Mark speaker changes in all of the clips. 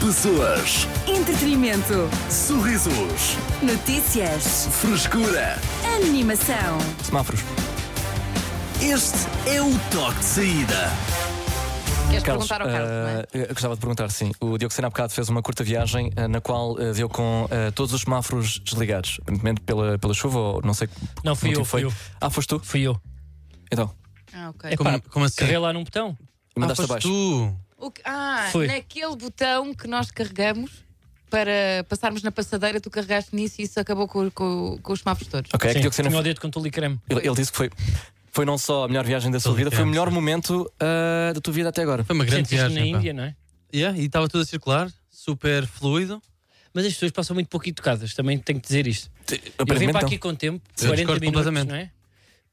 Speaker 1: Pessoas,
Speaker 2: Entretenimento.
Speaker 1: sorrisos,
Speaker 2: Notícias.
Speaker 1: frescura.
Speaker 2: Animação.
Speaker 3: Semáforos.
Speaker 1: Este é o toque de saída.
Speaker 4: Queres perguntar ao Carlos, não é?
Speaker 3: ah, eu gostava de perguntar, sim. O Diogo Sena há bocado fez uma curta viagem ah, na qual ah, deu com ah, todos os semáforos desligados, aparentemente pela, pela chuva ou não sei. que
Speaker 5: Não, fui
Speaker 3: motivo
Speaker 5: eu,
Speaker 3: foi.
Speaker 5: fui eu.
Speaker 3: Ah, foste tu?
Speaker 5: Fui eu.
Speaker 3: Então,
Speaker 4: Ah, ok.
Speaker 5: É
Speaker 6: Como,
Speaker 5: pá,
Speaker 6: como assim?
Speaker 5: carrei lá num botão.
Speaker 3: e mandaste
Speaker 6: ah, foste
Speaker 3: abaixo.
Speaker 6: tu.
Speaker 4: O que- ah,
Speaker 5: Foi.
Speaker 4: naquele botão que nós carregamos para passarmos na passadeira, tu carregaste nisso e isso acabou com, com- com os mapas todos.
Speaker 3: Ok, é que
Speaker 5: Sim,
Speaker 3: Diogo Sena
Speaker 5: tinha o dedo com tule e creme.
Speaker 3: ele, ele disse que foi, foi não só a melhor viagem da sua vida, foi o melhor momento ah, da tua vida até agora.
Speaker 6: Foi uma grande
Speaker 5: Gente, isto na
Speaker 6: viagem. pá.
Speaker 5: Índia, não é?
Speaker 6: Yeah, e estava tudo a circular, super fluido.
Speaker 5: Mas as pessoas passam muito pouco educadas, também tenho que dizer isto. Eu vim
Speaker 3: Aparentemente,
Speaker 5: para
Speaker 3: não.
Speaker 5: aqui com tempo,
Speaker 6: Eu
Speaker 5: 40
Speaker 6: discordo
Speaker 5: minutos,
Speaker 6: completamente.
Speaker 5: não é?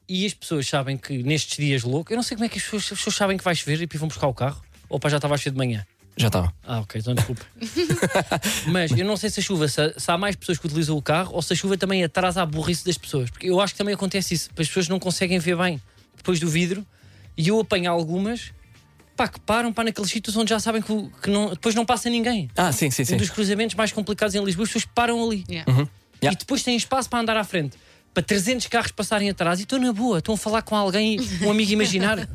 Speaker 5: E as pessoas sabem que nestes dias loucos, eu não sei como é que as pessoas, as pessoas sabem que vai chover e depois vão buscar o carro, ou pá, já estava a chover de manhã.
Speaker 3: já estava.
Speaker 5: Ah, ok, então desculpa. Mas eu não sei se a chuva, se, se há mais pessoas que utilizam o carro ou se a chuva também atrasa a burrice das pessoas. Porque eu acho que também acontece isso. As pessoas não conseguem ver bem depois do vidro e eu apanho algumas pá, que param para naqueles sítios onde já sabem que, o- que não- depois não passa ninguém.
Speaker 3: Ah, sim, sim,
Speaker 5: Um
Speaker 3: sim.
Speaker 5: dos cruzamentos mais complicados em Lisboa, as pessoas param ali.
Speaker 4: Yeah.
Speaker 6: Uhum.
Speaker 3: Yeah.
Speaker 5: E depois têm espaço para andar à frente. Para 300 carros passarem atrás e estou na boa, estão a falar com alguém, um amigo imaginário.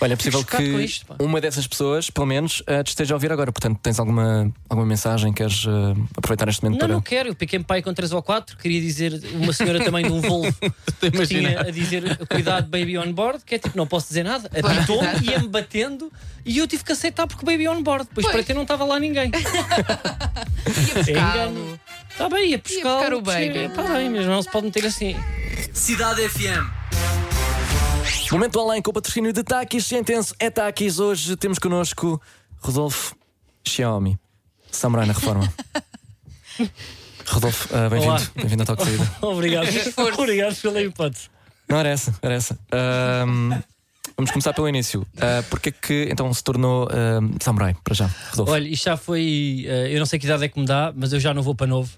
Speaker 3: Olha, é possível
Speaker 5: Fico chocado com
Speaker 3: que
Speaker 5: isto, pá.
Speaker 3: uma dessas pessoas, pelo menos, ah, te esteja a ouvir agora. Portanto, tens alguma, alguma mensagem? Queres ah, aproveitar este momento
Speaker 5: Não,
Speaker 3: para.
Speaker 5: não quero. Eu piquei-me pai com 3 ou 4. Queria dizer uma senhora também de um Volvo que tinha a dizer cuidado, baby on board, que é tipo, não posso dizer nada. Apitou-me, ia-me batendo e eu tive que aceitar porque baby on board. Pois,
Speaker 4: Pois.
Speaker 5: para ter não estava lá ninguém.
Speaker 4: Ia buscá-lo.
Speaker 5: engano. Está bem, ia pescar.
Speaker 4: buscar o baby.
Speaker 5: Está Tá bem, mas não se pode meter assim.
Speaker 1: Cidade FM.
Speaker 3: Momento além com o patrocínio de Takis, intenso é Takis. Hoje temos connosco Rodolfo Xiaomi, Samurai na Reforma. Rodolfo, ah, bem-vindo.
Speaker 5: Olá.
Speaker 3: Bem-vindo ao Toque de Saída.
Speaker 5: Obrigado. Obrigado pela hipótese.
Speaker 3: Não era essa, era essa. Ahm, vamos começar pelo início. Ah, Porquê que então se tornou ahm, Samurai, para já, Rodolfo?
Speaker 5: Olha, isto já foi. eh, eu não sei que idade é que me dá, mas eu já não vou para novo.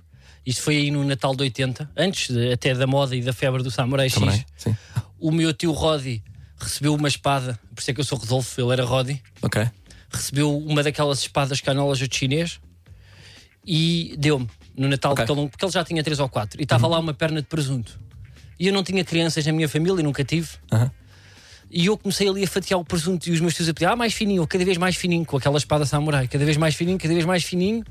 Speaker 5: Isto foi aí no Natal de 80, antes de- até da moda e da febre do Samurai X.
Speaker 3: Samurai, sim.
Speaker 5: O meu tio Roddy recebeu uma espada, por isso é que eu sou Rodolfo, ele era Roddy.
Speaker 3: Ok.
Speaker 5: Recebeu uma daquelas espadas que há na loja de chinês e deu-me no Natal
Speaker 3: Ok.
Speaker 5: de Calum, porque ele já tinha três ou quatro e estava lá uma perna de presunto. E eu não tinha crianças na minha família, nunca tive.
Speaker 3: Aham.
Speaker 5: E eu comecei ali a fatiar o presunto e os meus tios a pedir, ah, mais fininho, cada vez mais fininho, com aquela espada samurai, cada vez mais fininho, cada vez mais fininho.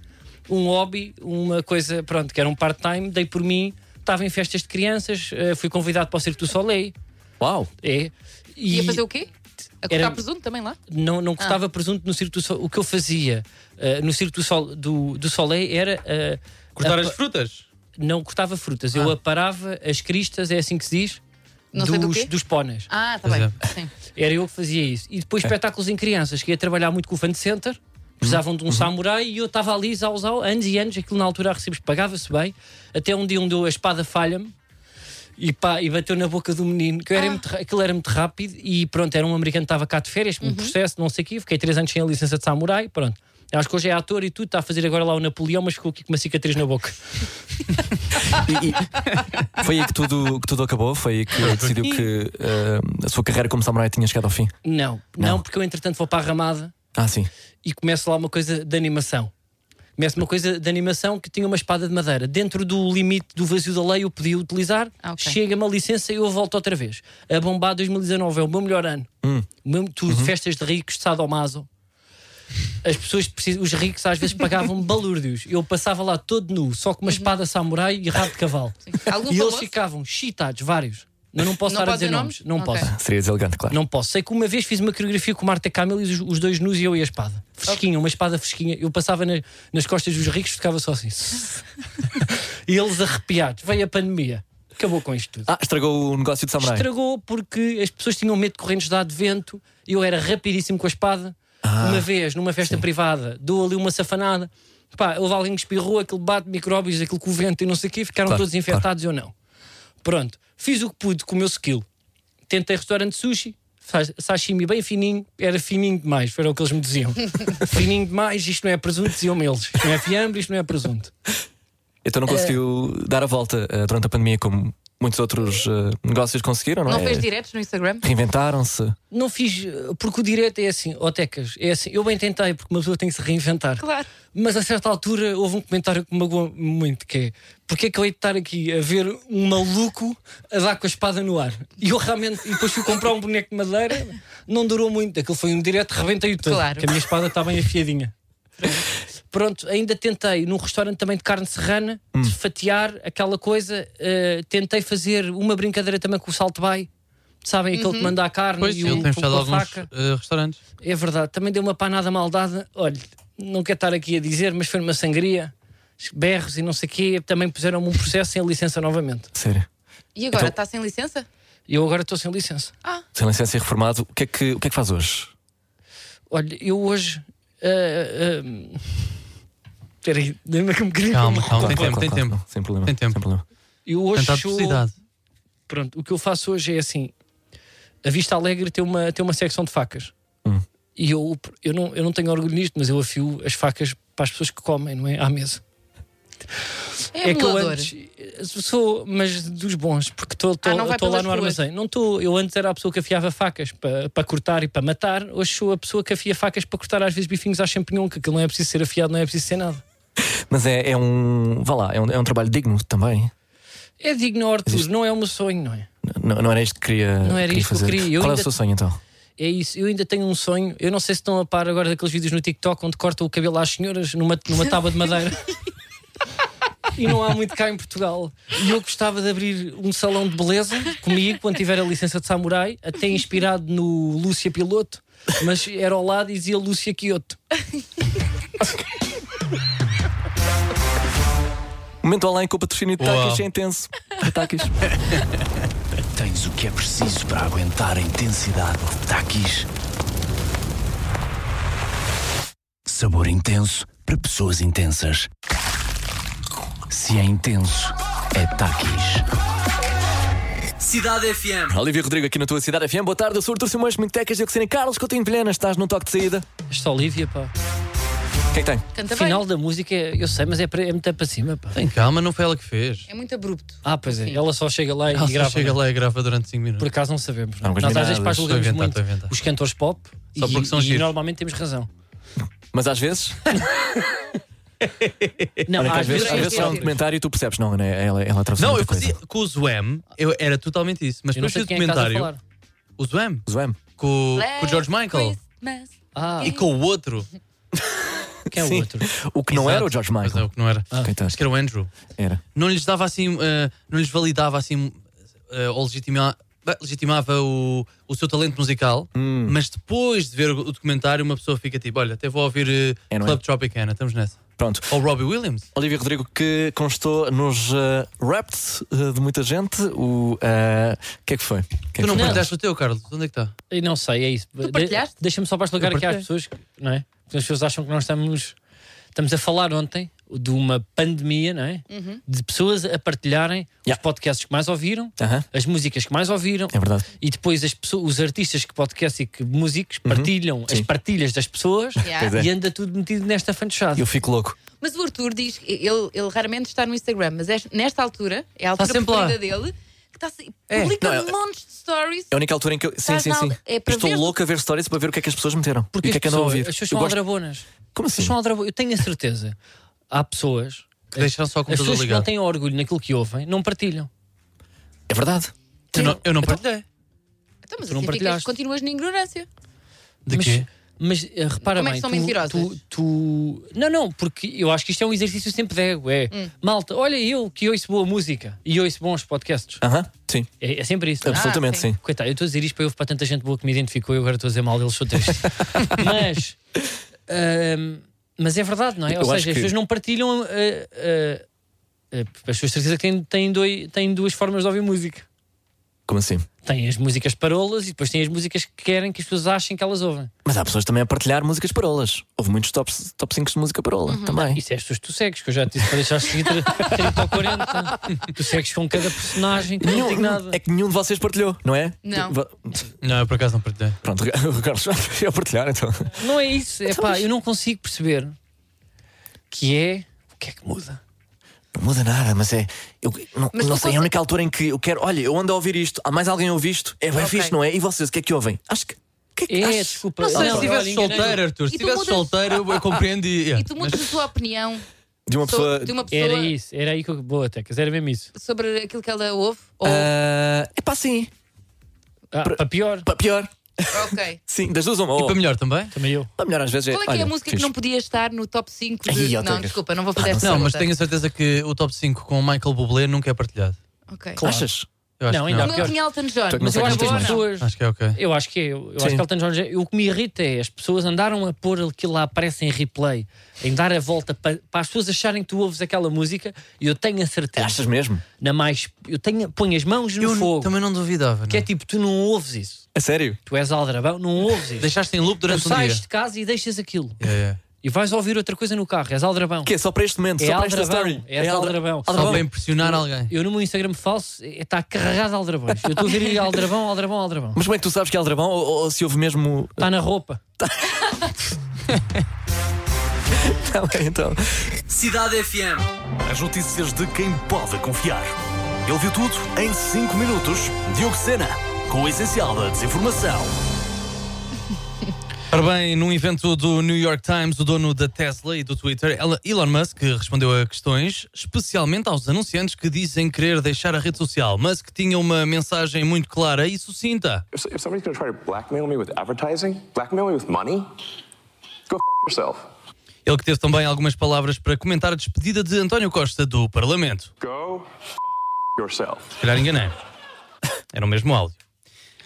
Speaker 5: Um hobby, uma coisa, pronto, que era um part-time, dei por mim, estava em festas de crianças, eh, fui convidado para o Circo do Soleil.
Speaker 3: Uau!
Speaker 5: É. E
Speaker 4: Ia fazer o quê? Ah. A cortar
Speaker 5: Era-
Speaker 4: presunto também lá?
Speaker 5: não, não cortava presunto no Circo do Sol. O que eu fazia eh, no Circo do, Sol, do, do Soleil era. eh,
Speaker 6: Cortar
Speaker 5: a-
Speaker 6: as frutas.
Speaker 5: Não cortava frutas. Eu aparava as cristas, é assim que se diz?
Speaker 4: Ah. Não
Speaker 5: dos,
Speaker 4: sei do quê.
Speaker 5: dos póneis.
Speaker 4: Ah, está
Speaker 6: Pois
Speaker 4: bem.
Speaker 6: é.
Speaker 4: Sim.
Speaker 5: Era eu que fazia isso. E depois espetáculos em crianças, que ia trabalhar muito com o Fan Center, precisavam de um samurai e eu estava ali, zau, zau, anos e anos, aquilo na altura a recibos pagava-se bem, até um dia onde eu- a espada falha-me. E, pá, e bateu na boca do menino, que eu era muito ra- aquilo era muito rápido, e pronto, era um americano que estava cá de férias, um processo, não sei o quê, fiquei três anos sem a licença de samurai, pronto. Acho que hoje é ator e tudo, está a fazer agora lá o Napoleão, mas ficou aqui com uma cicatriz na boca.
Speaker 3: E- e- foi aí que tudo, que tudo acabou? Foi aí que decidiu que ah, a sua carreira como Samurai tinha chegado ao fim?
Speaker 5: Não, não, porque eu entretanto vou para a ramada
Speaker 3: Ah, sim.
Speaker 5: e começo lá uma coisa de animação. Começo uma coisa de animação que tinha uma espada de madeira. Dentro do limite do vazio da lei, eu podia utilizar.
Speaker 4: Ah, ok.
Speaker 5: Chega-me a licença e eu volto outra vez. A bombar 2019 é o meu melhor ano. O meu- tudo, festas de ricos, de sadomaso. As pessoas precisam, os ricos às vezes pagavam balúrdios. Eu passava lá todo nu, só com uma espada samurai e rabo de cavalo.
Speaker 4: Uhum. Algum
Speaker 5: E eles
Speaker 4: famoso?
Speaker 5: ficavam chitados, vários. Eu não posso
Speaker 4: Não
Speaker 5: estar a
Speaker 4: pode
Speaker 5: dizer
Speaker 4: dizer
Speaker 5: nomes.
Speaker 4: nomes?
Speaker 5: Não
Speaker 4: Ok.
Speaker 5: posso.
Speaker 3: Seria deselegante, claro.
Speaker 5: Não posso. Sei que uma vez fiz uma coreografia com o Marta Camel e os, os dois nus e eu e a espada. Fresquinha, uma espada fresquinha. Eu passava na- nas costas dos ricos, ficava só assim. e eles arrepiados. Veio a pandemia. Acabou com isto tudo.
Speaker 3: Ah, estragou o negócio de Samurai.
Speaker 5: Estragou porque as pessoas tinham medo de correntes de ar de vento. Eu era rapidíssimo com a espada.
Speaker 3: Ah,
Speaker 5: Uma vez, numa festa privada, dou ali uma safanada. Pá, houve alguém que espirrou, aquele bate micróbios, aquilo com o vento e não sei o quê. Ficaram
Speaker 3: Claro,
Speaker 5: todos infectados ou não. Pronto, fiz o que pude com o meu skill. Tentei restaurante de sushi, faz- sashimi bem fininho, era fininho demais, era o que eles me diziam. fininho demais, isto não é presunto, diziam-me eles. Isto não é fiambre, isto não é presunto. Eh.
Speaker 3: Então não conseguiu dar a volta ah, eh, durante a pandemia como muitos outros eh, negócios conseguiram, não,
Speaker 4: Não
Speaker 3: é?
Speaker 4: fez diretos no Instagram?
Speaker 3: Reinventaram-se.
Speaker 5: Não fiz, eh, porque o direto é assim, ó Tecas, é assim, eu bem tentei, porque uma pessoa tem que se reinventar.
Speaker 4: Claro.
Speaker 5: Mas a certa altura houve um comentário que me magoou muito, que é porque é que eu hei de estar aqui a ver um maluco a dar com a espada no ar? E eu realmente, e depois fui comprar um boneco de madeira, não durou muito, aquilo foi um direto, rebentei o todo,
Speaker 4: Claro.
Speaker 5: que a minha espada está bem afiadinha. Pronto, ainda tentei num restaurante também de carne serrana,
Speaker 6: Hum.
Speaker 5: de fatiar aquela coisa, eh, tentei fazer uma brincadeira também com o salto bai. Sabem, aquele
Speaker 4: Uhum.
Speaker 5: que manda a carne
Speaker 6: Pois,
Speaker 5: e
Speaker 6: ele
Speaker 5: o,
Speaker 6: tem
Speaker 5: com
Speaker 6: fechado
Speaker 5: a
Speaker 6: alguns
Speaker 5: faca.
Speaker 6: eh, restaurantes.
Speaker 5: É verdade, também deu uma panada maldada. Olha, não quero estar aqui a dizer, mas foi uma sangria, berros e não sei o quê. Também puseram-me um processo sem licença novamente.
Speaker 3: Sério.
Speaker 4: E agora,
Speaker 3: Então-
Speaker 4: está sem licença?
Speaker 5: E eu agora estou sem licença.
Speaker 3: Sem licença e reformado, o que é que, o que, é que faz hoje?
Speaker 5: Olha, eu hoje. ah, ah, Espera aí, lembra que me queria.
Speaker 6: Calma, calma,
Speaker 3: Claro,
Speaker 6: tem tempo,
Speaker 3: claro,
Speaker 6: tem
Speaker 3: claro,
Speaker 6: tempo.
Speaker 3: não, Sem problema.
Speaker 6: Tem tempo.
Speaker 3: Sem problema.
Speaker 5: Eu hoje
Speaker 6: Tentar
Speaker 5: sou-
Speaker 6: velocidade.
Speaker 5: Pronto, o que eu faço hoje é assim: a Vista Alegre tem uma, tem uma secção de facas.
Speaker 3: Hum.
Speaker 5: E eu, eu, não, eu não tenho orgulho nisto, mas eu afio as facas para as pessoas que comem, não é? À mesa.
Speaker 4: É,
Speaker 5: que eu
Speaker 4: emulador.
Speaker 5: antes sou, mas dos bons, porque estou
Speaker 4: Ah, não vai
Speaker 5: lá
Speaker 4: pelas
Speaker 5: no
Speaker 4: ruas.
Speaker 5: armazém. Não estou, eu antes era a pessoa que afiava facas para, para cortar e para matar, hoje sou a pessoa que afia facas para cortar às vezes bifinhos à champignon, que aquilo não é preciso ser afiado, não é preciso ser nada.
Speaker 3: Mas é, é um. Vá lá, é um, é um trabalho digno também.
Speaker 5: É digno, Arthur, não é o meu sonho, não é?
Speaker 3: Não, não era isto que queria.
Speaker 5: Não era
Speaker 3: queria
Speaker 5: isto que eu
Speaker 3: fazer.
Speaker 5: queria, eu
Speaker 3: Qual é
Speaker 5: ainda-
Speaker 3: o seu sonho então?
Speaker 5: É isso, eu ainda tenho um sonho. Eu não sei se estão a par agora daqueles vídeos no TikTok onde cortam o cabelo às senhoras numa, numa tábua de madeira. E não há muito cá em Portugal. E eu gostava de abrir um salão de beleza comigo quando tiver a licença de samurai, até inspirado no Lúcia Piloto, mas era ao lado e dizia Lúcia Quioto.
Speaker 3: Momento além com o patrocínio de Takis
Speaker 6: Uau.
Speaker 3: é intenso. Takis.
Speaker 1: Tens o que é preciso para aguentar a intensidade. Takis. Sabor intenso para pessoas intensas. Se é intenso, é Takis.
Speaker 7: Cidade FM.
Speaker 3: Olivia Rodrigo aqui na tua cidade FM. Boa tarde, eu sou o Artur Simões, muito Tecas de Oxina. Carlos Coutinho de Vilhena, estás num toque de saída.
Speaker 5: Esta é Olivia, pá.
Speaker 3: Quem é tem?
Speaker 6: Tá
Speaker 4: Canta
Speaker 5: Final
Speaker 4: bem.
Speaker 5: da música, eu sei, mas é, para, é muito para cima, pá.
Speaker 6: Tem calma, não foi ela que fez.
Speaker 4: É muito abrupto.
Speaker 5: Ah, pois é, ela só chega lá e
Speaker 6: Ela só
Speaker 5: grava.
Speaker 6: chega
Speaker 5: não é?
Speaker 6: lá e grava durante 5 minutos.
Speaker 5: Por acaso não sabemos.
Speaker 3: Não, mas
Speaker 5: Nós
Speaker 3: nem
Speaker 5: às vezes
Speaker 3: nada,
Speaker 5: pás
Speaker 3: estou
Speaker 6: a inventar,
Speaker 5: muito
Speaker 6: estou a inventar.
Speaker 5: os cantores pop
Speaker 6: Só
Speaker 5: e,
Speaker 6: porque são
Speaker 5: e
Speaker 6: giros.
Speaker 5: normalmente temos razão.
Speaker 3: Mas às vezes,
Speaker 5: Não,
Speaker 3: às vezes, às vezes
Speaker 5: é
Speaker 3: há um
Speaker 5: óbvio.
Speaker 3: comentário e tu percebes, não, não é, ela, ela atravessou
Speaker 6: Não, eu
Speaker 3: muita
Speaker 6: fazia
Speaker 3: coisa.
Speaker 6: com o Zwem, eu era totalmente isso. Mas
Speaker 5: Eu não
Speaker 6: depois
Speaker 5: sei quem
Speaker 6: fiz o
Speaker 5: é que estás a
Speaker 6: documentário.
Speaker 5: falar.
Speaker 6: O Zwem,
Speaker 3: Zoem.
Speaker 6: com, com o George Michael
Speaker 4: Christmas.
Speaker 5: Ah,
Speaker 6: e com o outro.
Speaker 5: quem é o
Speaker 3: Sim.
Speaker 5: outro?
Speaker 3: O que não
Speaker 6: Exato.
Speaker 3: era o George
Speaker 6: Pois é,
Speaker 3: Michael. Ah, então.
Speaker 6: o que não era.
Speaker 3: Coitado.
Speaker 6: Acho que era o Andrew.
Speaker 3: Era.
Speaker 6: Não lhes dava assim, eh, não lhes validava assim, eh, ou legitima- bem, legitimava o, o seu talento musical.
Speaker 3: Hum.
Speaker 6: Mas depois de ver o documentário, uma pessoa fica tipo: olha, até vou ouvir eh,
Speaker 3: É, não é?
Speaker 6: Club Tropicana, estamos nessa.
Speaker 3: Pronto.
Speaker 6: Ou Robbie Williams.
Speaker 3: Olivia Rodrigo, que constou nos eh, raps eh, de muita gente, o eh, que é que foi? Que é
Speaker 6: Tu
Speaker 3: que
Speaker 6: não
Speaker 3: foi?
Speaker 6: partilhaste o teu, Carlos? Onde é que está?
Speaker 5: Eu não sei, é isso. De-
Speaker 4: partilhaste?
Speaker 5: Deixa-me só para explicar
Speaker 6: Eu
Speaker 5: aqui às pessoas, que- não é? Porque as pessoas acham que nós estamos estamos a falar ontem de uma pandemia, não é? De pessoas a partilharem
Speaker 3: Uhum. Yeah.
Speaker 5: os podcasts que mais ouviram,
Speaker 3: Aham,
Speaker 5: as músicas que mais ouviram.
Speaker 3: É verdade.
Speaker 5: E depois as pessoas, os artistas que podcast e que músicos partilham as partilhas das pessoas
Speaker 4: Yeah.
Speaker 3: Uhum. Pois é.
Speaker 5: e anda tudo metido nesta fantochada.
Speaker 3: Eu fico louco.
Speaker 4: Mas o Arthur diz que ele, ele raramente está no Instagram, mas es- nesta altura, é
Speaker 5: Tá
Speaker 4: a altura
Speaker 6: sempre lá.
Speaker 4: preferida dele, que está se-
Speaker 3: É.
Speaker 4: publica
Speaker 3: Não, é-
Speaker 4: montes de stories.
Speaker 3: É a única altura em que eu. Sim,
Speaker 4: Estás
Speaker 3: sim,
Speaker 4: na
Speaker 3: sim.
Speaker 4: al- é para
Speaker 3: Estou
Speaker 4: ver-
Speaker 3: louco a ver stories para ver o que é que as pessoas meteram. e o que é que andam a
Speaker 5: as
Speaker 3: ouvir.
Speaker 5: pessoas, as pessoas
Speaker 3: Eu
Speaker 5: são
Speaker 3: gosto-
Speaker 5: aldrabonas.
Speaker 3: Como
Speaker 5: As pessoas
Speaker 3: assim?
Speaker 5: são aldrabonas. Eu tenho a certeza. Há pessoas,
Speaker 6: Que deixaram só o
Speaker 5: as
Speaker 6: computador
Speaker 5: pessoas que não
Speaker 6: ligado.
Speaker 5: têm orgulho naquilo que ouvem, não partilham.
Speaker 3: É verdade.
Speaker 6: Eu não, eu não
Speaker 5: Então-
Speaker 6: partilhei.
Speaker 4: Então, mas
Speaker 5: Tu não
Speaker 4: assim ficas,
Speaker 5: partilhaste.
Speaker 4: continuas na ignorância.
Speaker 6: De
Speaker 5: mas,
Speaker 6: quê?
Speaker 5: mas, eh, repara
Speaker 4: Como é que
Speaker 5: bem,
Speaker 4: são
Speaker 5: tu-
Speaker 4: mentirosas?
Speaker 5: tu, tu- Não, não, porque eu acho que isto é um exercício sempre de ego. É
Speaker 4: Hum.
Speaker 5: malta, olha eu que ouço boa música e ouço bons podcasts.
Speaker 3: Aham, sim.
Speaker 5: É, é sempre isso. não é?
Speaker 3: Absolutamente,
Speaker 4: Ah, sim.
Speaker 3: sim.
Speaker 5: Coitado, eu estou a dizer isto para eu para tanta gente boa que me identificou e agora estou a dizer mal, eles sou triste. mas, ahm, mas é verdade, não é?
Speaker 3: Eu
Speaker 5: Ou
Speaker 3: acho
Speaker 5: seja,
Speaker 3: que-
Speaker 5: as pessoas não partilham. ah, ah, ah, as pessoas de certeza que têm, têm, dois, têm duas formas de ouvir música.
Speaker 3: Como assim?
Speaker 5: Têm as músicas parolas e depois têm as músicas que querem que as pessoas achem que elas ouvem.
Speaker 3: Mas há pessoas também a partilhar músicas parolas. Houve muitos top, top 5 de música parola
Speaker 4: Uhum.
Speaker 3: também.
Speaker 5: Isso é as pessoas que tu segues, que eu já te disse para deixar seguir 30 ou 40. Tu segues com cada personagem, que não digo nada.
Speaker 3: é que nenhum de vocês partilhou, não é?
Speaker 4: Não.
Speaker 3: Va-
Speaker 6: Não, eu por acaso não partilhei.
Speaker 3: Pronto, o Carlos vai partilhar então.
Speaker 5: Não é isso. É pá, eu não consigo perceber que é o que é que muda.
Speaker 3: Não muda nada, mas é. Eu, não
Speaker 4: Mas
Speaker 3: não
Speaker 4: tu
Speaker 3: sei, é
Speaker 4: conse-
Speaker 3: a única altura em que eu quero. Olha, eu ando a ouvir isto, há mais alguém a ouvir isto. É bem
Speaker 4: Ok.
Speaker 3: fixe, não é? E vocês, o que é que ouvem? Acho que. o que é que
Speaker 5: É,
Speaker 3: achas?
Speaker 5: desculpa.
Speaker 6: Não sei, se
Speaker 5: olha,
Speaker 6: estivesse
Speaker 5: enganei-me.
Speaker 6: solteiro, Arthur. Se
Speaker 4: E tu
Speaker 6: estivesse
Speaker 4: mudas-
Speaker 6: solteiro, eu, eu compreendo. e- yeah.
Speaker 4: E tu mudas a tua opinião
Speaker 3: De uma
Speaker 4: so-
Speaker 3: pessoa.
Speaker 4: de uma pessoa
Speaker 5: Era isso, era aí que eu. Boa, Tecas, era mesmo isso.
Speaker 4: sobre aquilo que ela ouve? Ou,
Speaker 3: é pá, sim.
Speaker 5: Ah, para pior,
Speaker 3: Para pior.
Speaker 4: ok.
Speaker 3: Sim, das duas uma.
Speaker 6: E
Speaker 3: Ou,
Speaker 6: para melhor também?
Speaker 5: também eu.
Speaker 3: para melhor às vezes é.
Speaker 4: Qual é que é
Speaker 3: olha,
Speaker 4: a música que
Speaker 3: fixe.
Speaker 4: não podia estar no top 5 de...
Speaker 3: Ih, ó, Ah,
Speaker 4: não,
Speaker 3: Tecas.
Speaker 4: desculpa, não vou fazer esta
Speaker 6: Não, mas
Speaker 4: pergunta.
Speaker 3: é.
Speaker 6: tenho a certeza que o top 5 com o Michael Bublé nunca é partilhado.
Speaker 4: Ok.
Speaker 3: Achas?
Speaker 6: Eu acho
Speaker 5: Não,
Speaker 6: que
Speaker 5: ainda
Speaker 4: O
Speaker 5: há
Speaker 4: meu tinha Elton John.
Speaker 3: Tu é que não
Speaker 5: Mas eu
Speaker 3: sei
Speaker 5: acho que
Speaker 3: quem tens
Speaker 5: as
Speaker 3: mais.
Speaker 5: pessoas.
Speaker 6: Acho que é ok.
Speaker 5: Eu acho que é. Eu, eu acho
Speaker 3: Sim.
Speaker 5: que Elton John. já- O que me irrita é as pessoas andaram a pôr aquilo lá, aparece em replay, em dar a volta pa- para, as pessoas acharem que tu ouves aquela música e eu tenho a certeza.
Speaker 3: Achas mesmo?
Speaker 5: Na mais. Eu tenho. Põe as mãos no
Speaker 6: Eu n-
Speaker 5: fogo.
Speaker 6: também não duvidava.
Speaker 5: Que é
Speaker 6: não.
Speaker 5: tipo, tu não ouves isso.
Speaker 3: A sério?
Speaker 5: Tu és aldrabão, não ouves isso.
Speaker 6: Deixaste em loop
Speaker 5: Tu
Speaker 6: durante um dia.
Speaker 5: sais de casa e deixas aquilo.
Speaker 6: Yeah, yeah.
Speaker 5: E vais ouvir outra coisa no carro, és aldrabão.
Speaker 3: Que é só para este momento,
Speaker 5: É
Speaker 3: só para esta
Speaker 5: aldrabão,
Speaker 3: story.
Speaker 5: é aldrabão.
Speaker 6: Só para impressionar alguém.
Speaker 5: Eu no meu Instagram falso está carregado de aldrabões. Eu estou a ver aí aldrabão, aldrabão, aldrabão.
Speaker 3: Mas como é que tu sabes que é aldrabão ou, ou se houve mesmo.
Speaker 5: Está na roupa.
Speaker 3: Tá bem, então.
Speaker 7: Cidade FM.
Speaker 1: As notícias de quem pode confiar. Ele viu tudo em 5 minutos. Diogo Sena, com o essencial da desinformação.
Speaker 6: Ora bem, num evento do New York Times, o dono da Tesla e do Twitter, Ela- Elon Musk, respondeu a questões, especialmente aos anunciantes que dizem querer deixar a rede social. Musk tinha uma mensagem muito clara e sucinta.
Speaker 8: If, if somebody's going to try to blackmail me with advertising, blackmail me with money, go f- yourself.
Speaker 6: Ele que teve também algumas palavras para comentar a despedida de António Costa do Parlamento.
Speaker 8: Go f- yourself.
Speaker 6: Se calhar enganei. Era o mesmo áudio.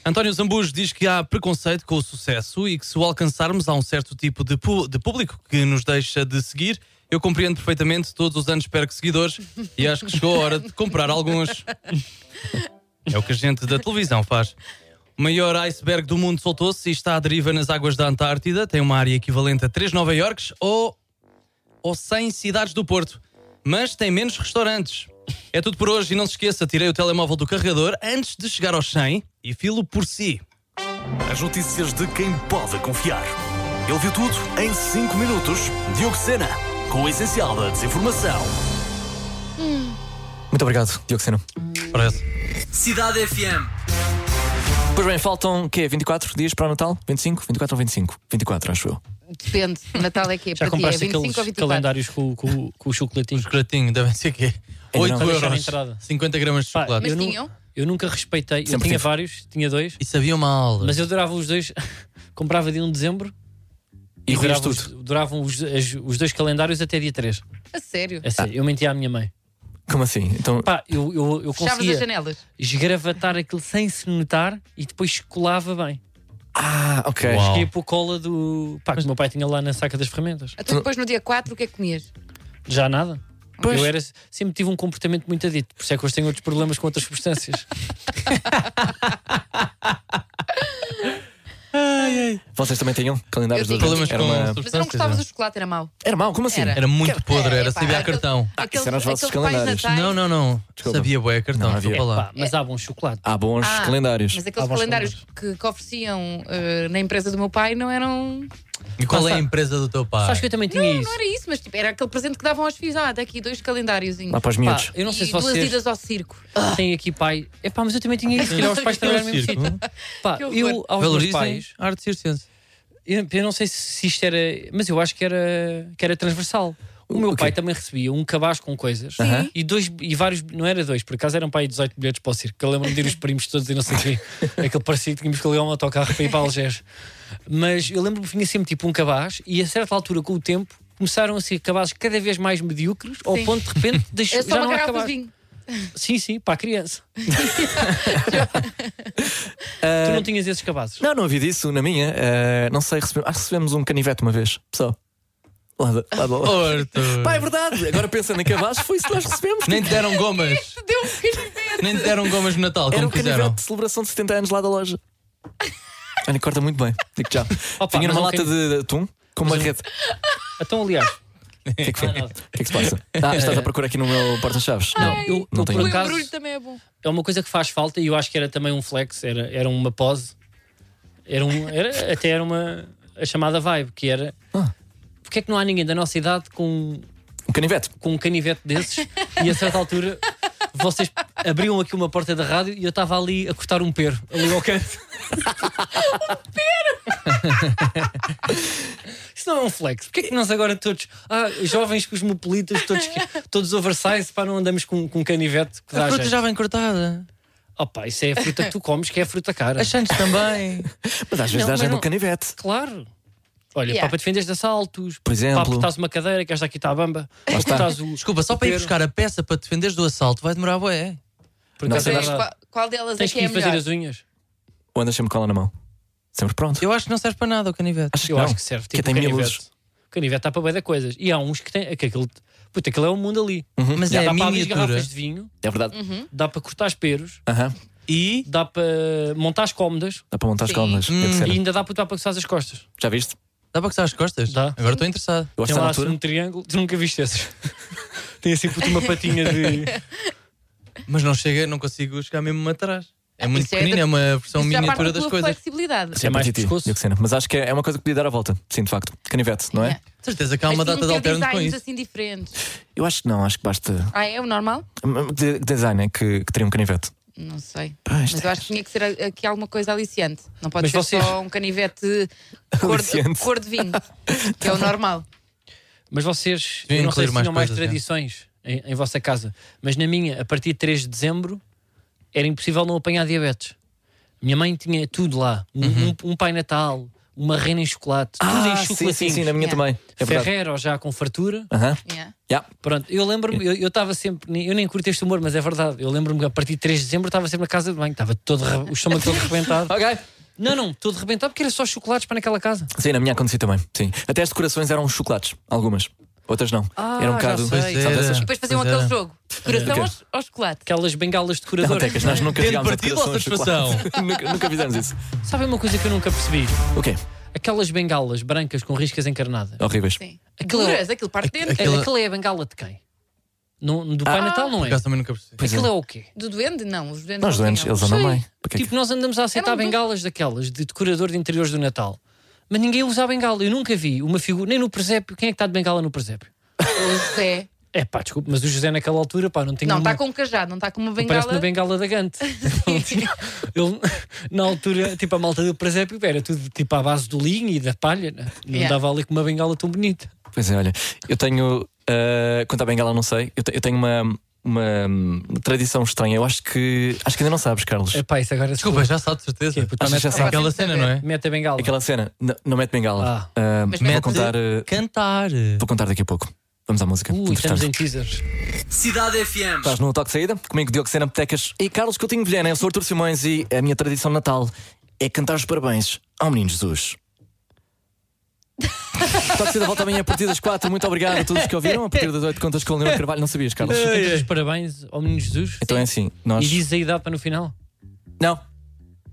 Speaker 6: António Zambujo diz que há preconceito com o sucesso e que se o alcançarmos há um certo tipo de, pu- de público que nos deixa de seguir. Eu compreendo perfeitamente, todos os anos perco seguidores e acho que chegou a hora de comprar alguns. É o que a gente da televisão faz. O maior iceberg do mundo soltou-se e está à deriva nas águas da Antártida. Tem uma área equivalente a 3 Nova Iorques ou, ou 100 cidades do Porto. Mas tem menos restaurantes. É tudo por hoje e não se esqueça, tirei o telemóvel do carregador antes de chegar aos 100 e filo por si.
Speaker 1: As notícias de quem pode confiar. Ele viu tudo em 5 minutos. Diogo Sena, com o essencial da desinformação.
Speaker 3: Muito obrigado, Diogo Sena.
Speaker 6: Parece.
Speaker 7: Cidade FM.
Speaker 3: Pois bem, faltam o quê? 24 dias para o Natal? 25? 24 ou 25? 24, acho eu.
Speaker 4: Depende. Natal é que
Speaker 5: Já
Speaker 4: para ti é
Speaker 5: compraste
Speaker 4: 25 ou
Speaker 5: aqueles
Speaker 4: 24.
Speaker 5: calendários com, com, com o chocolatinho.
Speaker 6: Chocolatinho, devem ser quê?
Speaker 3: não.
Speaker 6: 8
Speaker 3: Para
Speaker 5: deixar a
Speaker 6: euros.
Speaker 5: entrada.
Speaker 6: 50 gramas de
Speaker 5: Pá,
Speaker 6: chocolate.
Speaker 4: Mas
Speaker 5: eu nu-
Speaker 4: tinham?
Speaker 5: Eu nunca respeitei. eu
Speaker 3: Sempre
Speaker 5: tinha
Speaker 3: tive.
Speaker 5: vários, tinha dois.
Speaker 6: E sabia mal.
Speaker 5: Mas eu durava os dois. Comprava de 1 de dezembro.
Speaker 3: E ruías
Speaker 5: durava
Speaker 3: tudo.
Speaker 5: os, duravam os, as- os dois calendários até dia 3.
Speaker 4: A sério?
Speaker 5: É
Speaker 3: Tá.
Speaker 5: sério, eu mentia à minha mãe.
Speaker 3: Como assim? Então,
Speaker 5: Pá, eu, eu, eu
Speaker 4: Fechavas as
Speaker 5: conseguia
Speaker 4: janelas?
Speaker 5: esgravatar aquilo sem se notar e depois colava bem.
Speaker 3: ah, ok.
Speaker 6: Uau.
Speaker 5: Cheguei para o cola do. Pá, que o meu pai tinha lá na saca das ferramentas.
Speaker 4: Então depois no dia 4 o que é que comias?
Speaker 5: Já nada.
Speaker 3: Pois.
Speaker 5: Eu era, sempre tive um comportamento muito adito, por isso é que hoje tenho outros problemas com outras substâncias.
Speaker 3: Vocês também tinham calendários
Speaker 4: Eu
Speaker 3: dos
Speaker 4: tinha.
Speaker 3: adultos?
Speaker 6: Problemas
Speaker 3: Era,
Speaker 6: com
Speaker 3: uma...
Speaker 4: Mas eu não
Speaker 6: substâncias.
Speaker 4: gostava do chocolate, era mau.
Speaker 3: era mau, como assim?
Speaker 4: Era.
Speaker 6: Era muito podre, era
Speaker 4: pá,
Speaker 6: sabia a
Speaker 4: aquele-
Speaker 6: cartão.
Speaker 4: Aqueles,
Speaker 3: Ah, isso eram os vossos
Speaker 4: aqueles pais
Speaker 3: calendários.
Speaker 4: natais-
Speaker 6: Não, não, não.
Speaker 3: Desculpa.
Speaker 6: Sabia bué a cartão,
Speaker 3: Não
Speaker 6: estou
Speaker 3: havia.
Speaker 6: a falar.
Speaker 5: Pá, mas há bom chocolate.
Speaker 3: Há bons
Speaker 4: Ah,
Speaker 3: calendários.
Speaker 4: Mas
Speaker 5: Ah,
Speaker 4: aqueles
Speaker 5: bons
Speaker 4: calendários que, que ofereciam eh, na empresa do meu pai não eram.
Speaker 6: E qual é a
Speaker 5: Passa-
Speaker 6: empresa do teu pai?
Speaker 5: Sabes que eu também tinha
Speaker 4: Não,
Speaker 5: isso.
Speaker 4: não era isso, mas tipo, era aquele presente que davam aos filhos. Ah, daqui dois calendários.
Speaker 3: Lá para os
Speaker 5: Pá,
Speaker 3: miúdos.
Speaker 5: eu não sei
Speaker 4: e
Speaker 5: se
Speaker 4: duas
Speaker 5: vocês Ah,
Speaker 4: idas ao circo.
Speaker 5: têm aqui pai. É pá, mas eu também tinha isso. Se calhar os pais trabalham mesmo.
Speaker 6: um
Speaker 5: tipo,
Speaker 6: Circo.
Speaker 5: Pá,
Speaker 4: Que horror.
Speaker 5: eu aos meus
Speaker 6: Valorizem
Speaker 5: pais,
Speaker 6: a arte circense.
Speaker 5: eu, eu não sei se isto era, mas eu acho que era, que era transversal. O meu
Speaker 3: O quê?
Speaker 5: pai também recebia um cabaz com coisas
Speaker 3: Aham.
Speaker 5: e dois e vários, não era dois, por acaso eram pai 18 bilhetes para o circo, que eu lembro-me de ir os primos todos e não sei o quê. Aquele parecia que tínhamos que ligar um autocarro para ir para Algés. Mas eu lembro-me que vinha sempre tipo um cabaz e a certa altura, com o tempo, começaram a ser cabazes cada vez mais medíocres, ao
Speaker 4: Sim.
Speaker 5: ponto de repente deixou,
Speaker 4: É
Speaker 5: já
Speaker 4: só
Speaker 5: não
Speaker 4: uma
Speaker 5: há
Speaker 4: garrafa
Speaker 5: cabaz.
Speaker 4: de vinho.
Speaker 5: Sim, sim, para a criança. tu
Speaker 3: Ah.
Speaker 5: não tinhas esses cabazes?
Speaker 3: Não, não havia disso na minha. eh, não sei, recebemos, acho que recebemos um canivete uma vez, só. Lá, da- lá da-
Speaker 6: Arthur.
Speaker 3: Pá, é verdade. Agora pensando em cabaz, foi isso que nós recebemos.
Speaker 6: Oh. Nem te deram gomas.
Speaker 4: Deu um bocadinho.
Speaker 6: Nem te deram gomas no Natal,
Speaker 3: Era
Speaker 6: como
Speaker 3: um
Speaker 6: quiseram.
Speaker 3: canivete de celebração de 70 anos lá da loja. Ana, corta muito bem. Digo já.
Speaker 5: Opa,
Speaker 3: Tinha
Speaker 5: mas
Speaker 3: uma
Speaker 5: um
Speaker 3: lata
Speaker 5: cani-
Speaker 3: de atum com uma rede.
Speaker 5: Então, aliás,
Speaker 3: O que é que foi? O
Speaker 5: Ah, nada.
Speaker 3: que é que se passa? Ah, estás a procurar aqui no meu porta-chaves? Não.
Speaker 5: eu, eu,
Speaker 3: não
Speaker 5: por
Speaker 3: tenho.
Speaker 4: O
Speaker 5: acaso,
Speaker 4: embrulho também é bom.
Speaker 5: é uma coisa que faz falta e eu acho que era também um flex, era, era uma pose, era, um, era- até era uma a chamada vibe, que era
Speaker 3: Ah.
Speaker 5: porque é que não há ninguém da nossa idade com
Speaker 3: Um canivete.
Speaker 5: com um canivete desses e a certa altura vocês abriam aqui uma porta da rádio e eu estava ali a cortar um pero, ali ao canto. um pero!
Speaker 6: Um
Speaker 5: Isso não é um flex. Porquê é que nós agora todos, ah, jovens cosmopolitas, todos, todos oversize, pá, não andamos com, com um canivete? Que dá
Speaker 6: A fruta
Speaker 5: jeito?
Speaker 6: já vem cortada.
Speaker 5: Opa, isso é a fruta que tu comes, que é a fruta cara.
Speaker 6: As chantes também.
Speaker 3: Mas às vezes
Speaker 5: Não,
Speaker 3: dá
Speaker 5: mas
Speaker 3: gente
Speaker 5: não-
Speaker 3: um canivete.
Speaker 5: Claro. Olha,
Speaker 4: Yeah.
Speaker 5: para defenderes de assaltos,
Speaker 3: Por exemplo.
Speaker 5: para apertares uma cadeira, que esta aqui está a bamba, para
Speaker 3: está.
Speaker 5: apertares o.
Speaker 6: Desculpa, só para ir
Speaker 5: pero.
Speaker 6: buscar a peça para te defenderes do assalto vai demorar bué.
Speaker 5: Por
Speaker 3: Não
Speaker 5: acaso
Speaker 3: sei.
Speaker 5: é
Speaker 4: Mas
Speaker 5: verdade.
Speaker 4: qual, qual delas é
Speaker 5: Tens que
Speaker 4: que é
Speaker 5: ir
Speaker 4: a
Speaker 5: fazer
Speaker 4: melhor?
Speaker 5: as unhas.
Speaker 3: Ou andas sempre com ela na mão? Sempre pronto.
Speaker 6: Eu acho que não serve para nada o canivete.
Speaker 3: Acho
Speaker 5: Eu
Speaker 3: não.
Speaker 5: acho que serve. Tipo,
Speaker 3: Que tem
Speaker 5: o
Speaker 3: mil
Speaker 5: canivete.
Speaker 3: usos.
Speaker 5: O canivete está para bem da coisas. E há uns que têm. Que aquilo, puta, aquilo é um mundo ali.
Speaker 6: Mas
Speaker 5: Já
Speaker 6: é
Speaker 5: dá para abrir
Speaker 6: miniatura.
Speaker 5: garrafas de vinho,
Speaker 3: É verdade.
Speaker 5: dá para cortar esperos,
Speaker 3: Aham.
Speaker 6: E
Speaker 5: dá para montar as cómodas
Speaker 3: Dá para montar as
Speaker 4: Sim.
Speaker 3: colunas.
Speaker 6: Hum.
Speaker 5: e ainda dá para dar para coçar as costas.
Speaker 3: Já viste?
Speaker 6: dá para coçar as costas?
Speaker 5: Dá.
Speaker 6: Agora estou interessado.
Speaker 3: Eu acho
Speaker 5: Tem
Speaker 3: que está
Speaker 5: lá
Speaker 3: na
Speaker 5: assim
Speaker 3: altura.
Speaker 5: um triângulo, tu nunca viste esses. Tem
Speaker 3: É
Speaker 5: assim puto, uma patinha de.
Speaker 6: Mas não chega, não consigo chegar mesmo atrás. É muito
Speaker 4: Isso é
Speaker 6: pequenino,
Speaker 4: da-
Speaker 6: é uma versão
Speaker 4: Isso já parte
Speaker 6: miniatura
Speaker 4: da
Speaker 6: das
Speaker 4: tua
Speaker 6: coisas.
Speaker 4: flexibilidade.
Speaker 3: Sim,
Speaker 5: É mais
Speaker 3: para ti,
Speaker 5: pescoço.
Speaker 3: Dioxena. Mas acho que é é uma coisa que podia dar a volta. Sim, de facto. Canivete, não é?
Speaker 4: Yeah.
Speaker 6: De certeza que há
Speaker 4: Mas
Speaker 6: uma
Speaker 4: tinha
Speaker 6: data
Speaker 4: Assim, um que
Speaker 6: de
Speaker 4: ter
Speaker 6: alternos com
Speaker 4: designs
Speaker 6: isso.
Speaker 4: assim diferentes.
Speaker 3: Eu acho que não. Acho que basta.
Speaker 4: Ah, é o normal?
Speaker 3: De, que design é que, que teria um canivete.
Speaker 4: Não sei.
Speaker 3: Pá, isto
Speaker 4: Mas
Speaker 3: é-
Speaker 4: eu acho que tinha que ser a- aqui alguma coisa aliciante. Não pode
Speaker 5: Mas
Speaker 4: ser
Speaker 5: vocês-
Speaker 4: só um canivete cor de,
Speaker 3: Aliciante.
Speaker 4: cor de vinho, que é o normal.
Speaker 5: Mas vocês,
Speaker 6: Devia
Speaker 5: eu não sei
Speaker 6: incluir
Speaker 5: se
Speaker 6: mais
Speaker 5: tinham mais
Speaker 6: coisas,
Speaker 5: tradições em, em vossa casa, mas na minha, a partir de 3 de dezembro, era impossível não apanhar diabetes. Minha mãe tinha tudo lá: um, um- um Pai Natal, uma rena em chocolate, tudo em
Speaker 3: Ah, sim, sim,
Speaker 5: chocolatinhos.
Speaker 3: sim. Na minha
Speaker 4: Yeah.
Speaker 3: também. É verdade.
Speaker 5: Ferrero já com fartura.
Speaker 3: Aham.
Speaker 4: Yeah.
Speaker 3: Yeah.
Speaker 5: Pronto, eu
Speaker 3: É.
Speaker 5: lembro-me, eu estava sempre, nem- eu nem curto este humor, mas é verdade. Eu lembro-me que a partir de 3 de dezembro estava sempre na casa de banho, estava todo, re- o estômago todo rebentado.
Speaker 3: Ok.
Speaker 5: Não, não, todo rebentado porque era só chocolates para naquela casa.
Speaker 3: Sim, na minha acontecia também. Sim. Até as decorações eram chocolates. Algumas. Outras não.
Speaker 5: Ah,
Speaker 3: Era um
Speaker 5: já
Speaker 3: bocado.
Speaker 4: é
Speaker 5: sei.
Speaker 3: Sabe dessas?
Speaker 4: Depois faziam
Speaker 6: Pois é.
Speaker 4: aquele
Speaker 6: era.
Speaker 4: um jogo: coração
Speaker 3: Ok.
Speaker 4: aos, ao chocolate.
Speaker 5: Aquelas bengalas de
Speaker 3: Não, é?
Speaker 5: curador.
Speaker 3: Tecas, nós nunca
Speaker 6: Tendo
Speaker 3: chegámos a
Speaker 6: partido ou
Speaker 3: decorações de chocolate. nunca, nunca fizemos isso.
Speaker 5: Sabe uma coisa que eu nunca percebi?
Speaker 3: O quê?
Speaker 5: Aquelas bengalas brancas com riscas encarnadas.
Speaker 3: Horríveis.
Speaker 4: Sim.
Speaker 5: Aquilo-
Speaker 4: Duras, aquilo parte de dentro.
Speaker 6: Aquilo-
Speaker 5: Aquela... Aquela é a bengala de quem? No- do Pai
Speaker 3: Ah,
Speaker 5: Natal, não
Speaker 6: Por
Speaker 5: é?
Speaker 6: acaso também nunca percebi.
Speaker 5: Aquilo é o quê?
Speaker 4: Do duende? Não, os duendes.
Speaker 3: Nós
Speaker 4: não
Speaker 3: doentes,
Speaker 4: tinham.
Speaker 3: eles andam
Speaker 5: Sei.
Speaker 3: bem. Para que é que-
Speaker 5: Tipo, nós andamos a aceitar
Speaker 4: Eram do-
Speaker 5: bengalas daquelas de decorador de interiores do Natal. Mas ninguém usa a bengala. Eu nunca vi uma figura, nem no presépio. Quem é que está de bengala no presépio?
Speaker 4: O José.
Speaker 5: É pá, desculpa, mas o José naquela altura, pá, não tinha
Speaker 4: Não,
Speaker 5: uma...
Speaker 4: está com um cajado, não está com uma
Speaker 5: Parece na bengala
Speaker 4: bengala.
Speaker 5: da Gante. Ele, na altura, tipo, a malta do presépio era tudo tipo à base do linho e da palha. né? Não
Speaker 4: Yeah.
Speaker 5: dava ali com uma bengala tão bonita.
Speaker 3: Pois é, olha, eu tenho. ah, quanto à bengala, não sei. Eu, te- eu tenho uma, uma, hum, tradição estranha. Eu acho que. Acho que ainda não sabes, Carlos.
Speaker 5: É pá, isso agora
Speaker 6: Desculpa, já sabe de certeza.
Speaker 5: Que é, puta,
Speaker 6: Acho que
Speaker 3: mete-
Speaker 6: já sabe aquela
Speaker 4: Sim,
Speaker 6: cena,
Speaker 4: sim.
Speaker 6: não é?
Speaker 5: Mete a bengala.
Speaker 3: Aquela cena. n- Não mete bengala. Ah,
Speaker 4: Mas
Speaker 3: vou,
Speaker 4: mete-
Speaker 3: contar, ah,
Speaker 6: Cantar.
Speaker 3: vou contar daqui a pouco. Vamos à música.
Speaker 5: Ui,
Speaker 3: Entretanto,
Speaker 5: estamos em teasers.
Speaker 7: Cidade FM.
Speaker 3: Estás no toque de saída? Comigo, Diogo Sena Petecas e Carlos Coutinho Vilhena. Eu sou Artur Simões e a minha tradição de natal é cantar os parabéns ao Menino Jesus. toque de saída volta amanhã a partir das 4. Muito obrigado a todos que ouviram. A partir das 8 contas com o Leonor Carvalho. Não sabias, Carlos?
Speaker 5: Cantas os parabéns ao menino Jesus.
Speaker 3: Então é assim. Nós...
Speaker 5: E diz a idade para no final.
Speaker 3: Não.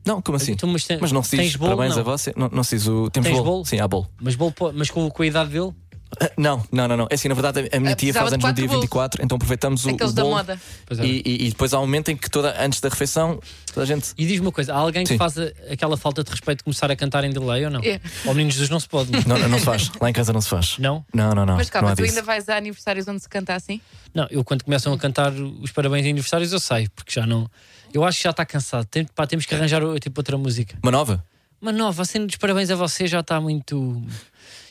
Speaker 3: Não, como assim?
Speaker 5: Então, mas, tem-
Speaker 3: Mas não se
Speaker 5: tens
Speaker 3: diz
Speaker 5: bolo,
Speaker 3: parabéns
Speaker 5: não.
Speaker 3: a você? Não, não se diz o. Temos
Speaker 5: Tens
Speaker 3: bolo?
Speaker 5: bolo?
Speaker 3: Sim, há bolo.
Speaker 5: Mas, bolo, po- mas com, com a idade dele?
Speaker 3: Ah, Não, não, não, não. É assim, na verdade, a- a minha
Speaker 4: Ah,
Speaker 3: tia
Speaker 4: precisava
Speaker 3: faz
Speaker 4: de
Speaker 3: anos no
Speaker 4: quatro
Speaker 3: dia
Speaker 4: bolos.
Speaker 3: 24, então aproveitamos o,
Speaker 4: Aqueles
Speaker 3: o
Speaker 4: da
Speaker 3: bolo.
Speaker 4: moda.
Speaker 5: Pois é.
Speaker 3: E, e- e depois há um momento em que toda, antes da refeição, toda a gente.
Speaker 5: E diz-me uma coisa, há alguém que
Speaker 3: Sim.
Speaker 5: faz a- aquela falta de respeito de começar a cantar em delay ou não?
Speaker 4: É.
Speaker 5: Ao menino Jesus não se pode.
Speaker 3: Não, não se faz. Lá em casa não se faz.
Speaker 5: Não?
Speaker 3: Não, não, não.
Speaker 4: Mas
Speaker 3: não
Speaker 4: calma,
Speaker 3: há
Speaker 4: tu
Speaker 3: disso.
Speaker 4: ainda vais a aniversários onde se canta assim?
Speaker 5: Não, eu quando começam a cantar os parabéns em aniversários eu saio, porque já não. Eu acho que já está cansado. Tem, pá, temos que arranjar o- tipo, outra música.
Speaker 3: Uma nova?
Speaker 5: Mas nova, a cena dos parabéns a você já está muito.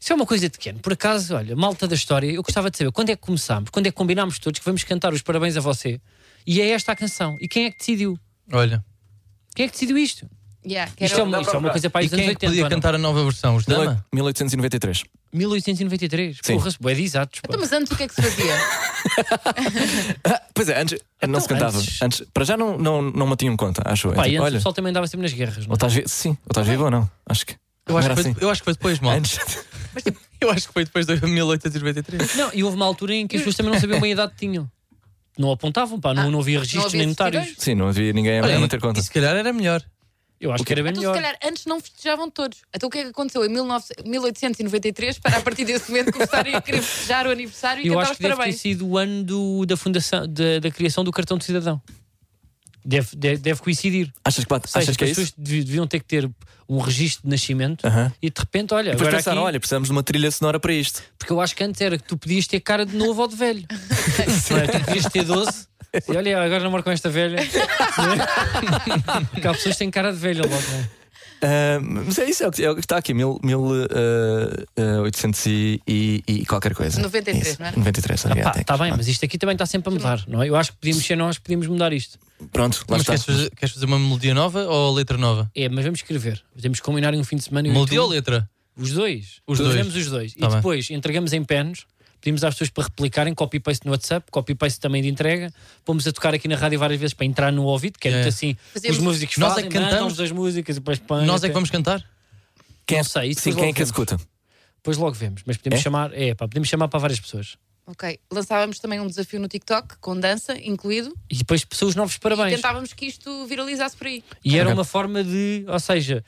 Speaker 5: Isso é uma coisa de pequeno. Por acaso, olha, malta da história, eu gostava de saber quando é que começámos, quando é que combinámos todos que vamos cantar os parabéns a você. E é esta a canção. E quem é que decidiu?
Speaker 6: Olha.
Speaker 5: Quem é que decidiu isto?
Speaker 4: Yeah, que era
Speaker 5: Isto é,
Speaker 4: o-
Speaker 5: uma, isto é uma coisa para aí
Speaker 6: E
Speaker 5: dos anos
Speaker 6: quem é que
Speaker 5: 80.
Speaker 6: podia
Speaker 5: ou não?
Speaker 6: cantar a nova versão? Os Dama?
Speaker 3: 1893.
Speaker 5: 1893.
Speaker 3: Sim.
Speaker 5: Porra-se, bué de exatos. pá.
Speaker 4: Então, mas antes o que é que se fazia?
Speaker 3: Pois é, antes não se
Speaker 5: Então,
Speaker 3: cantava.
Speaker 5: antes-
Speaker 3: Antes... para já não, não, não me tinham conta, acho eu. É
Speaker 5: Pá, e
Speaker 3: tipo,
Speaker 5: antes o
Speaker 3: olha,
Speaker 5: pessoal também andava sempre nas guerras.
Speaker 3: ou
Speaker 5: Não? é?
Speaker 3: estás vi- Sim, ou estás vivo ou não? Acho que.
Speaker 6: Eu
Speaker 3: Não
Speaker 6: acho
Speaker 3: era
Speaker 6: que foi-
Speaker 3: assim.
Speaker 6: eu acho que foi depois, mal.
Speaker 3: Antes.
Speaker 6: Eu acho que foi depois de 1893.
Speaker 5: Não, e houve uma altura em que as pessoas também não sabiam bem a idade que tinham. Não apontavam, pá, não, não havia registros
Speaker 4: Ah, havia
Speaker 5: nem
Speaker 4: esses
Speaker 5: notários.
Speaker 4: tirões?
Speaker 3: Sim, não havia ninguém a- a manter conta.
Speaker 6: E se calhar era melhor.
Speaker 5: Eu acho que era bem
Speaker 4: Então, se
Speaker 5: melhor.
Speaker 4: calhar, antes não festejavam todos. Então, o que é que aconteceu em 19- 1893 para, a partir desse momento, começarem a querer festejar o aniversário e
Speaker 5: Eu
Speaker 4: cantar
Speaker 5: acho
Speaker 4: os
Speaker 5: que deve ter
Speaker 4: parabéns?
Speaker 5: sido o ano do- da fundação, da, da criação do cartão de cidadão. Deve, deve, deve coincidir.
Speaker 3: Achas que, bate-
Speaker 5: Ou seja,
Speaker 3: achas que é
Speaker 5: as
Speaker 3: isso?
Speaker 5: pessoas devi- deviam ter que ter um registro de nascimento
Speaker 3: Aham.
Speaker 5: e de repente, olha,
Speaker 3: Depois
Speaker 5: agora
Speaker 3: pensaram,
Speaker 5: aqui-
Speaker 3: olha, precisamos de uma trilha sonora para isto.
Speaker 5: porque eu acho que antes era que tu podias ter cara de novo ou de velho. Não é? Tu podias ter 12. E olha, agora namoro com esta velha. Porque há pessoas que têm cara de velha logo. não é?
Speaker 3: Ah, mas é isso, é o que, é o que está aqui, mil, mil, ah, ah, 800 e, e- e qualquer coisa.
Speaker 4: 93,
Speaker 3: Isso,
Speaker 4: não é?
Speaker 3: 93, obrigado.
Speaker 5: Pá,
Speaker 3: Tex.
Speaker 5: Está tá bem, mas isto aqui também está sempre a mudar, não é? Eu acho que podíamos ser nós, podíamos mudar isto.
Speaker 3: Pronto, lá
Speaker 6: Mas
Speaker 3: está.
Speaker 6: queres fazer, queres fazer uma melodia nova ou letra nova?
Speaker 5: É, mas vamos escrever. Temos que combinar em um fim de semana. e um
Speaker 6: Melodia
Speaker 5: YouTube.
Speaker 6: ou letra?
Speaker 5: Os dois.
Speaker 6: Os dois.
Speaker 5: Fazemos os dois.
Speaker 6: Tá
Speaker 5: e
Speaker 6: bem.
Speaker 5: depois entregamos em penos, pedimos às pessoas para replicarem, copy-paste no WhatsApp, copy-paste também de entrega. Pomos a tocar aqui na rádio várias vezes para entrar no ouvido, que é muito
Speaker 6: É.
Speaker 5: assim.
Speaker 4: Fazemos-
Speaker 5: Os músicos
Speaker 6: Nós é
Speaker 5: fazem,
Speaker 6: que cantamos.
Speaker 5: mandam-nos as músicas e depois põem.
Speaker 6: Nós é que vamos cantar?
Speaker 3: Quem é-
Speaker 5: não sei, isso
Speaker 3: Sim,
Speaker 5: depois
Speaker 3: quem é que
Speaker 5: logo vemos.
Speaker 3: executa?
Speaker 5: Depois logo vemos, mas podemos
Speaker 3: É?
Speaker 5: chamar, é, pá, podemos chamar para várias pessoas.
Speaker 4: Ok. Lançávamos também um desafio no TikTok, com dança incluído,
Speaker 5: E depois pessoas novos
Speaker 4: e
Speaker 5: parabéns.
Speaker 4: tentávamos que isto viralizasse por aí.
Speaker 5: E era
Speaker 3: Ok.
Speaker 5: uma forma de, ou seja,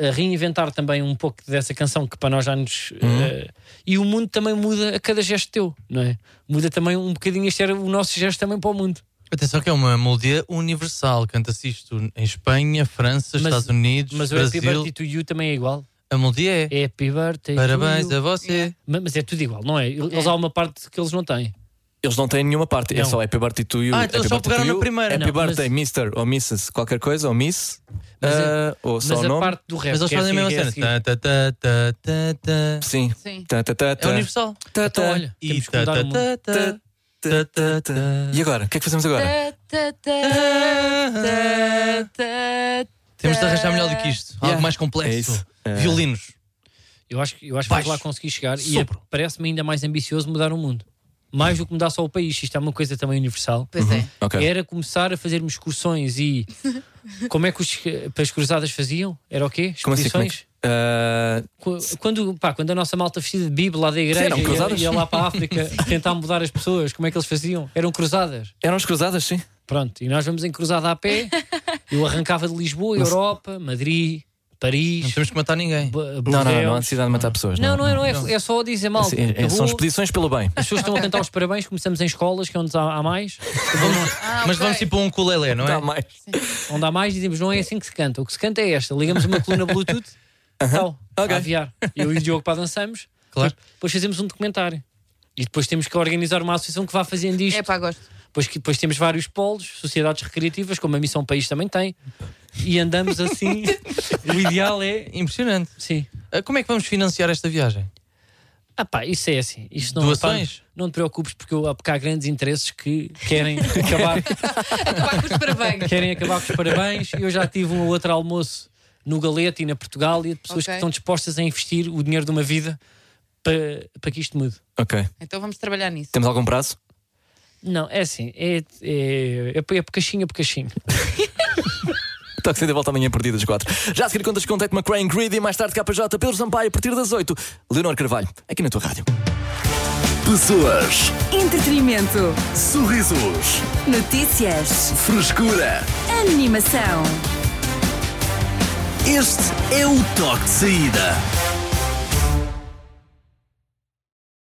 Speaker 5: a reinventar também um pouco dessa canção que para nós já nos.
Speaker 3: Uhum.
Speaker 5: eh, e o mundo também muda a cada gesto teu, não é? Muda também um bocadinho, este era o nosso gesto também para o mundo.
Speaker 6: Atenção que é uma melodia universal. Canta-se isto em Espanha, França,
Speaker 5: Mas-
Speaker 6: Estados Unidos,
Speaker 5: Mas o Happy
Speaker 6: Brasil.
Speaker 5: Birthday to You também é igual.
Speaker 6: A melodia é.
Speaker 5: Happy Birthday. to
Speaker 6: Parabéns
Speaker 5: you.
Speaker 6: a você.
Speaker 5: Ma- Mas é tudo igual, não é? Eles
Speaker 4: É.
Speaker 5: há uma parte que eles não têm.
Speaker 3: Eles não têm nenhuma parte, é
Speaker 5: Não.
Speaker 3: só Happy Birthday to you.
Speaker 6: Ah, então
Speaker 3: happy
Speaker 6: só
Speaker 3: birthday
Speaker 6: pegaram
Speaker 3: to
Speaker 6: na
Speaker 3: you,
Speaker 6: primeira.
Speaker 3: Happy
Speaker 5: Não, mas-
Speaker 3: Birthday, Mr. ou Mrs. qualquer coisa, ou Miss.
Speaker 5: Mas é-
Speaker 3: ah, ou só
Speaker 5: mas
Speaker 3: o
Speaker 5: a
Speaker 3: nome.
Speaker 5: parte do é resto.
Speaker 6: Mas eles fazem a mesma cena. Tá, tá, tá, tá, tá.
Speaker 3: Sim.
Speaker 4: Sim.
Speaker 3: Tá, tá, tá,
Speaker 6: É
Speaker 3: tá.
Speaker 6: universal.
Speaker 3: Tá,
Speaker 5: Então,
Speaker 3: tá.
Speaker 5: olha,
Speaker 6: E
Speaker 5: temos que
Speaker 6: tá,
Speaker 5: mudar
Speaker 6: tá,
Speaker 5: o mundo.
Speaker 6: tá, tá, tá, tá, tá.
Speaker 3: E agora? O que é que fazemos agora?
Speaker 4: Tá, tá, tá, tá, tá,
Speaker 6: Temos de
Speaker 4: tá.
Speaker 6: arranjar melhor do que isto. Algo
Speaker 3: Yeah.
Speaker 6: mais
Speaker 3: É
Speaker 6: complexo.
Speaker 3: isso. É.
Speaker 6: Violinos.
Speaker 5: Eu acho, que- eu acho que vamos
Speaker 6: Baixo.
Speaker 5: lá conseguir chegar e é-
Speaker 6: Sopro.
Speaker 5: parece-me ainda mais ambicioso mudar o mundo. Mais do que mudar só o país, isto é uma coisa também universal.
Speaker 4: Pois é.
Speaker 3: Ok.
Speaker 5: Era começar a fazermos excursões e como é que os, para as cruzadas faziam? Era o quê?
Speaker 3: Como assim? Como é
Speaker 5: Expedições?
Speaker 3: que- Ah,
Speaker 5: Qu- Quando, pá, quando a nossa malta vestida de Bíblia lá da igreja
Speaker 3: eram
Speaker 5: ia,
Speaker 3: cruzadas?
Speaker 5: ia lá para a África tentar mudar as pessoas, como é que eles faziam? Eram cruzadas.
Speaker 3: eram as cruzadas, sim.
Speaker 5: Pronto, e nós vamos em cruzada a pé. Eu arrancava de Lisboa, Europa, Madrid,
Speaker 6: Não
Speaker 5: Paris.
Speaker 6: temos que matar ninguém.
Speaker 5: Bu-
Speaker 3: Não, não,
Speaker 5: Bordeaux.
Speaker 3: não há necessidade de matar pessoas.
Speaker 5: Não, não é, não é, é só dizer mal.
Speaker 3: Sim, é- São expedições pelo bem.
Speaker 5: As pessoas estão a cantar os parabéns, começamos em escolas, que é onde há, há mais.
Speaker 4: Ah,
Speaker 6: Mas
Speaker 4: ok.
Speaker 6: vamos tipo um culelé, não
Speaker 3: Não há
Speaker 6: é?
Speaker 3: mais.
Speaker 5: Onde há mais, dizemos, não é assim que se canta. O que se canta é esta. Ligamos uma coluna Bluetooth, tal,
Speaker 3: Ok.
Speaker 5: a aviar. Eu e o Diogo para dançamos,
Speaker 6: Claro.
Speaker 5: depois, depois fazemos um documentário. E depois temos que organizar uma associação que vá fazendo isto.
Speaker 4: É pá, gosto.
Speaker 5: Depois, que- depois temos vários polos, sociedades recreativas, como a Missão País também tem. E andamos assim. o ideal é.
Speaker 6: Impressionante.
Speaker 5: Sim.
Speaker 6: Ah, Como é que vamos financiar esta viagem?
Speaker 5: Ah pá, isso é assim. Isto não,
Speaker 6: Doações?
Speaker 5: pá, não te preocupes, porque, eu- porque há grandes interesses que querem acabar
Speaker 4: Acabar com os parabéns.
Speaker 5: querem acabar com os parabéns. Eu já tive um ou outro almoço no Galete e na Portugal e de pessoas
Speaker 4: Ok.
Speaker 5: que estão dispostas a investir o dinheiro de uma vida para, para que isto mude.
Speaker 3: Ok.
Speaker 4: Então vamos trabalhar nisso.
Speaker 3: Temos algum prazo?
Speaker 5: Não, é assim, é, é, é, é por caixinho a por caixinho.
Speaker 3: Toque de volta amanhã perdido das 4. Já a seguir contas com Tate McRae, Greedy, mais tarde KJ, Pedro Sampaio, a partir das 8. Leonor Carvalho, aqui na tua rádio.
Speaker 1: Pessoas,
Speaker 2: Entretenimento.
Speaker 1: sorrisos,
Speaker 2: Notícias.
Speaker 1: frescura.
Speaker 2: Animação.
Speaker 1: Este é o toque de saída.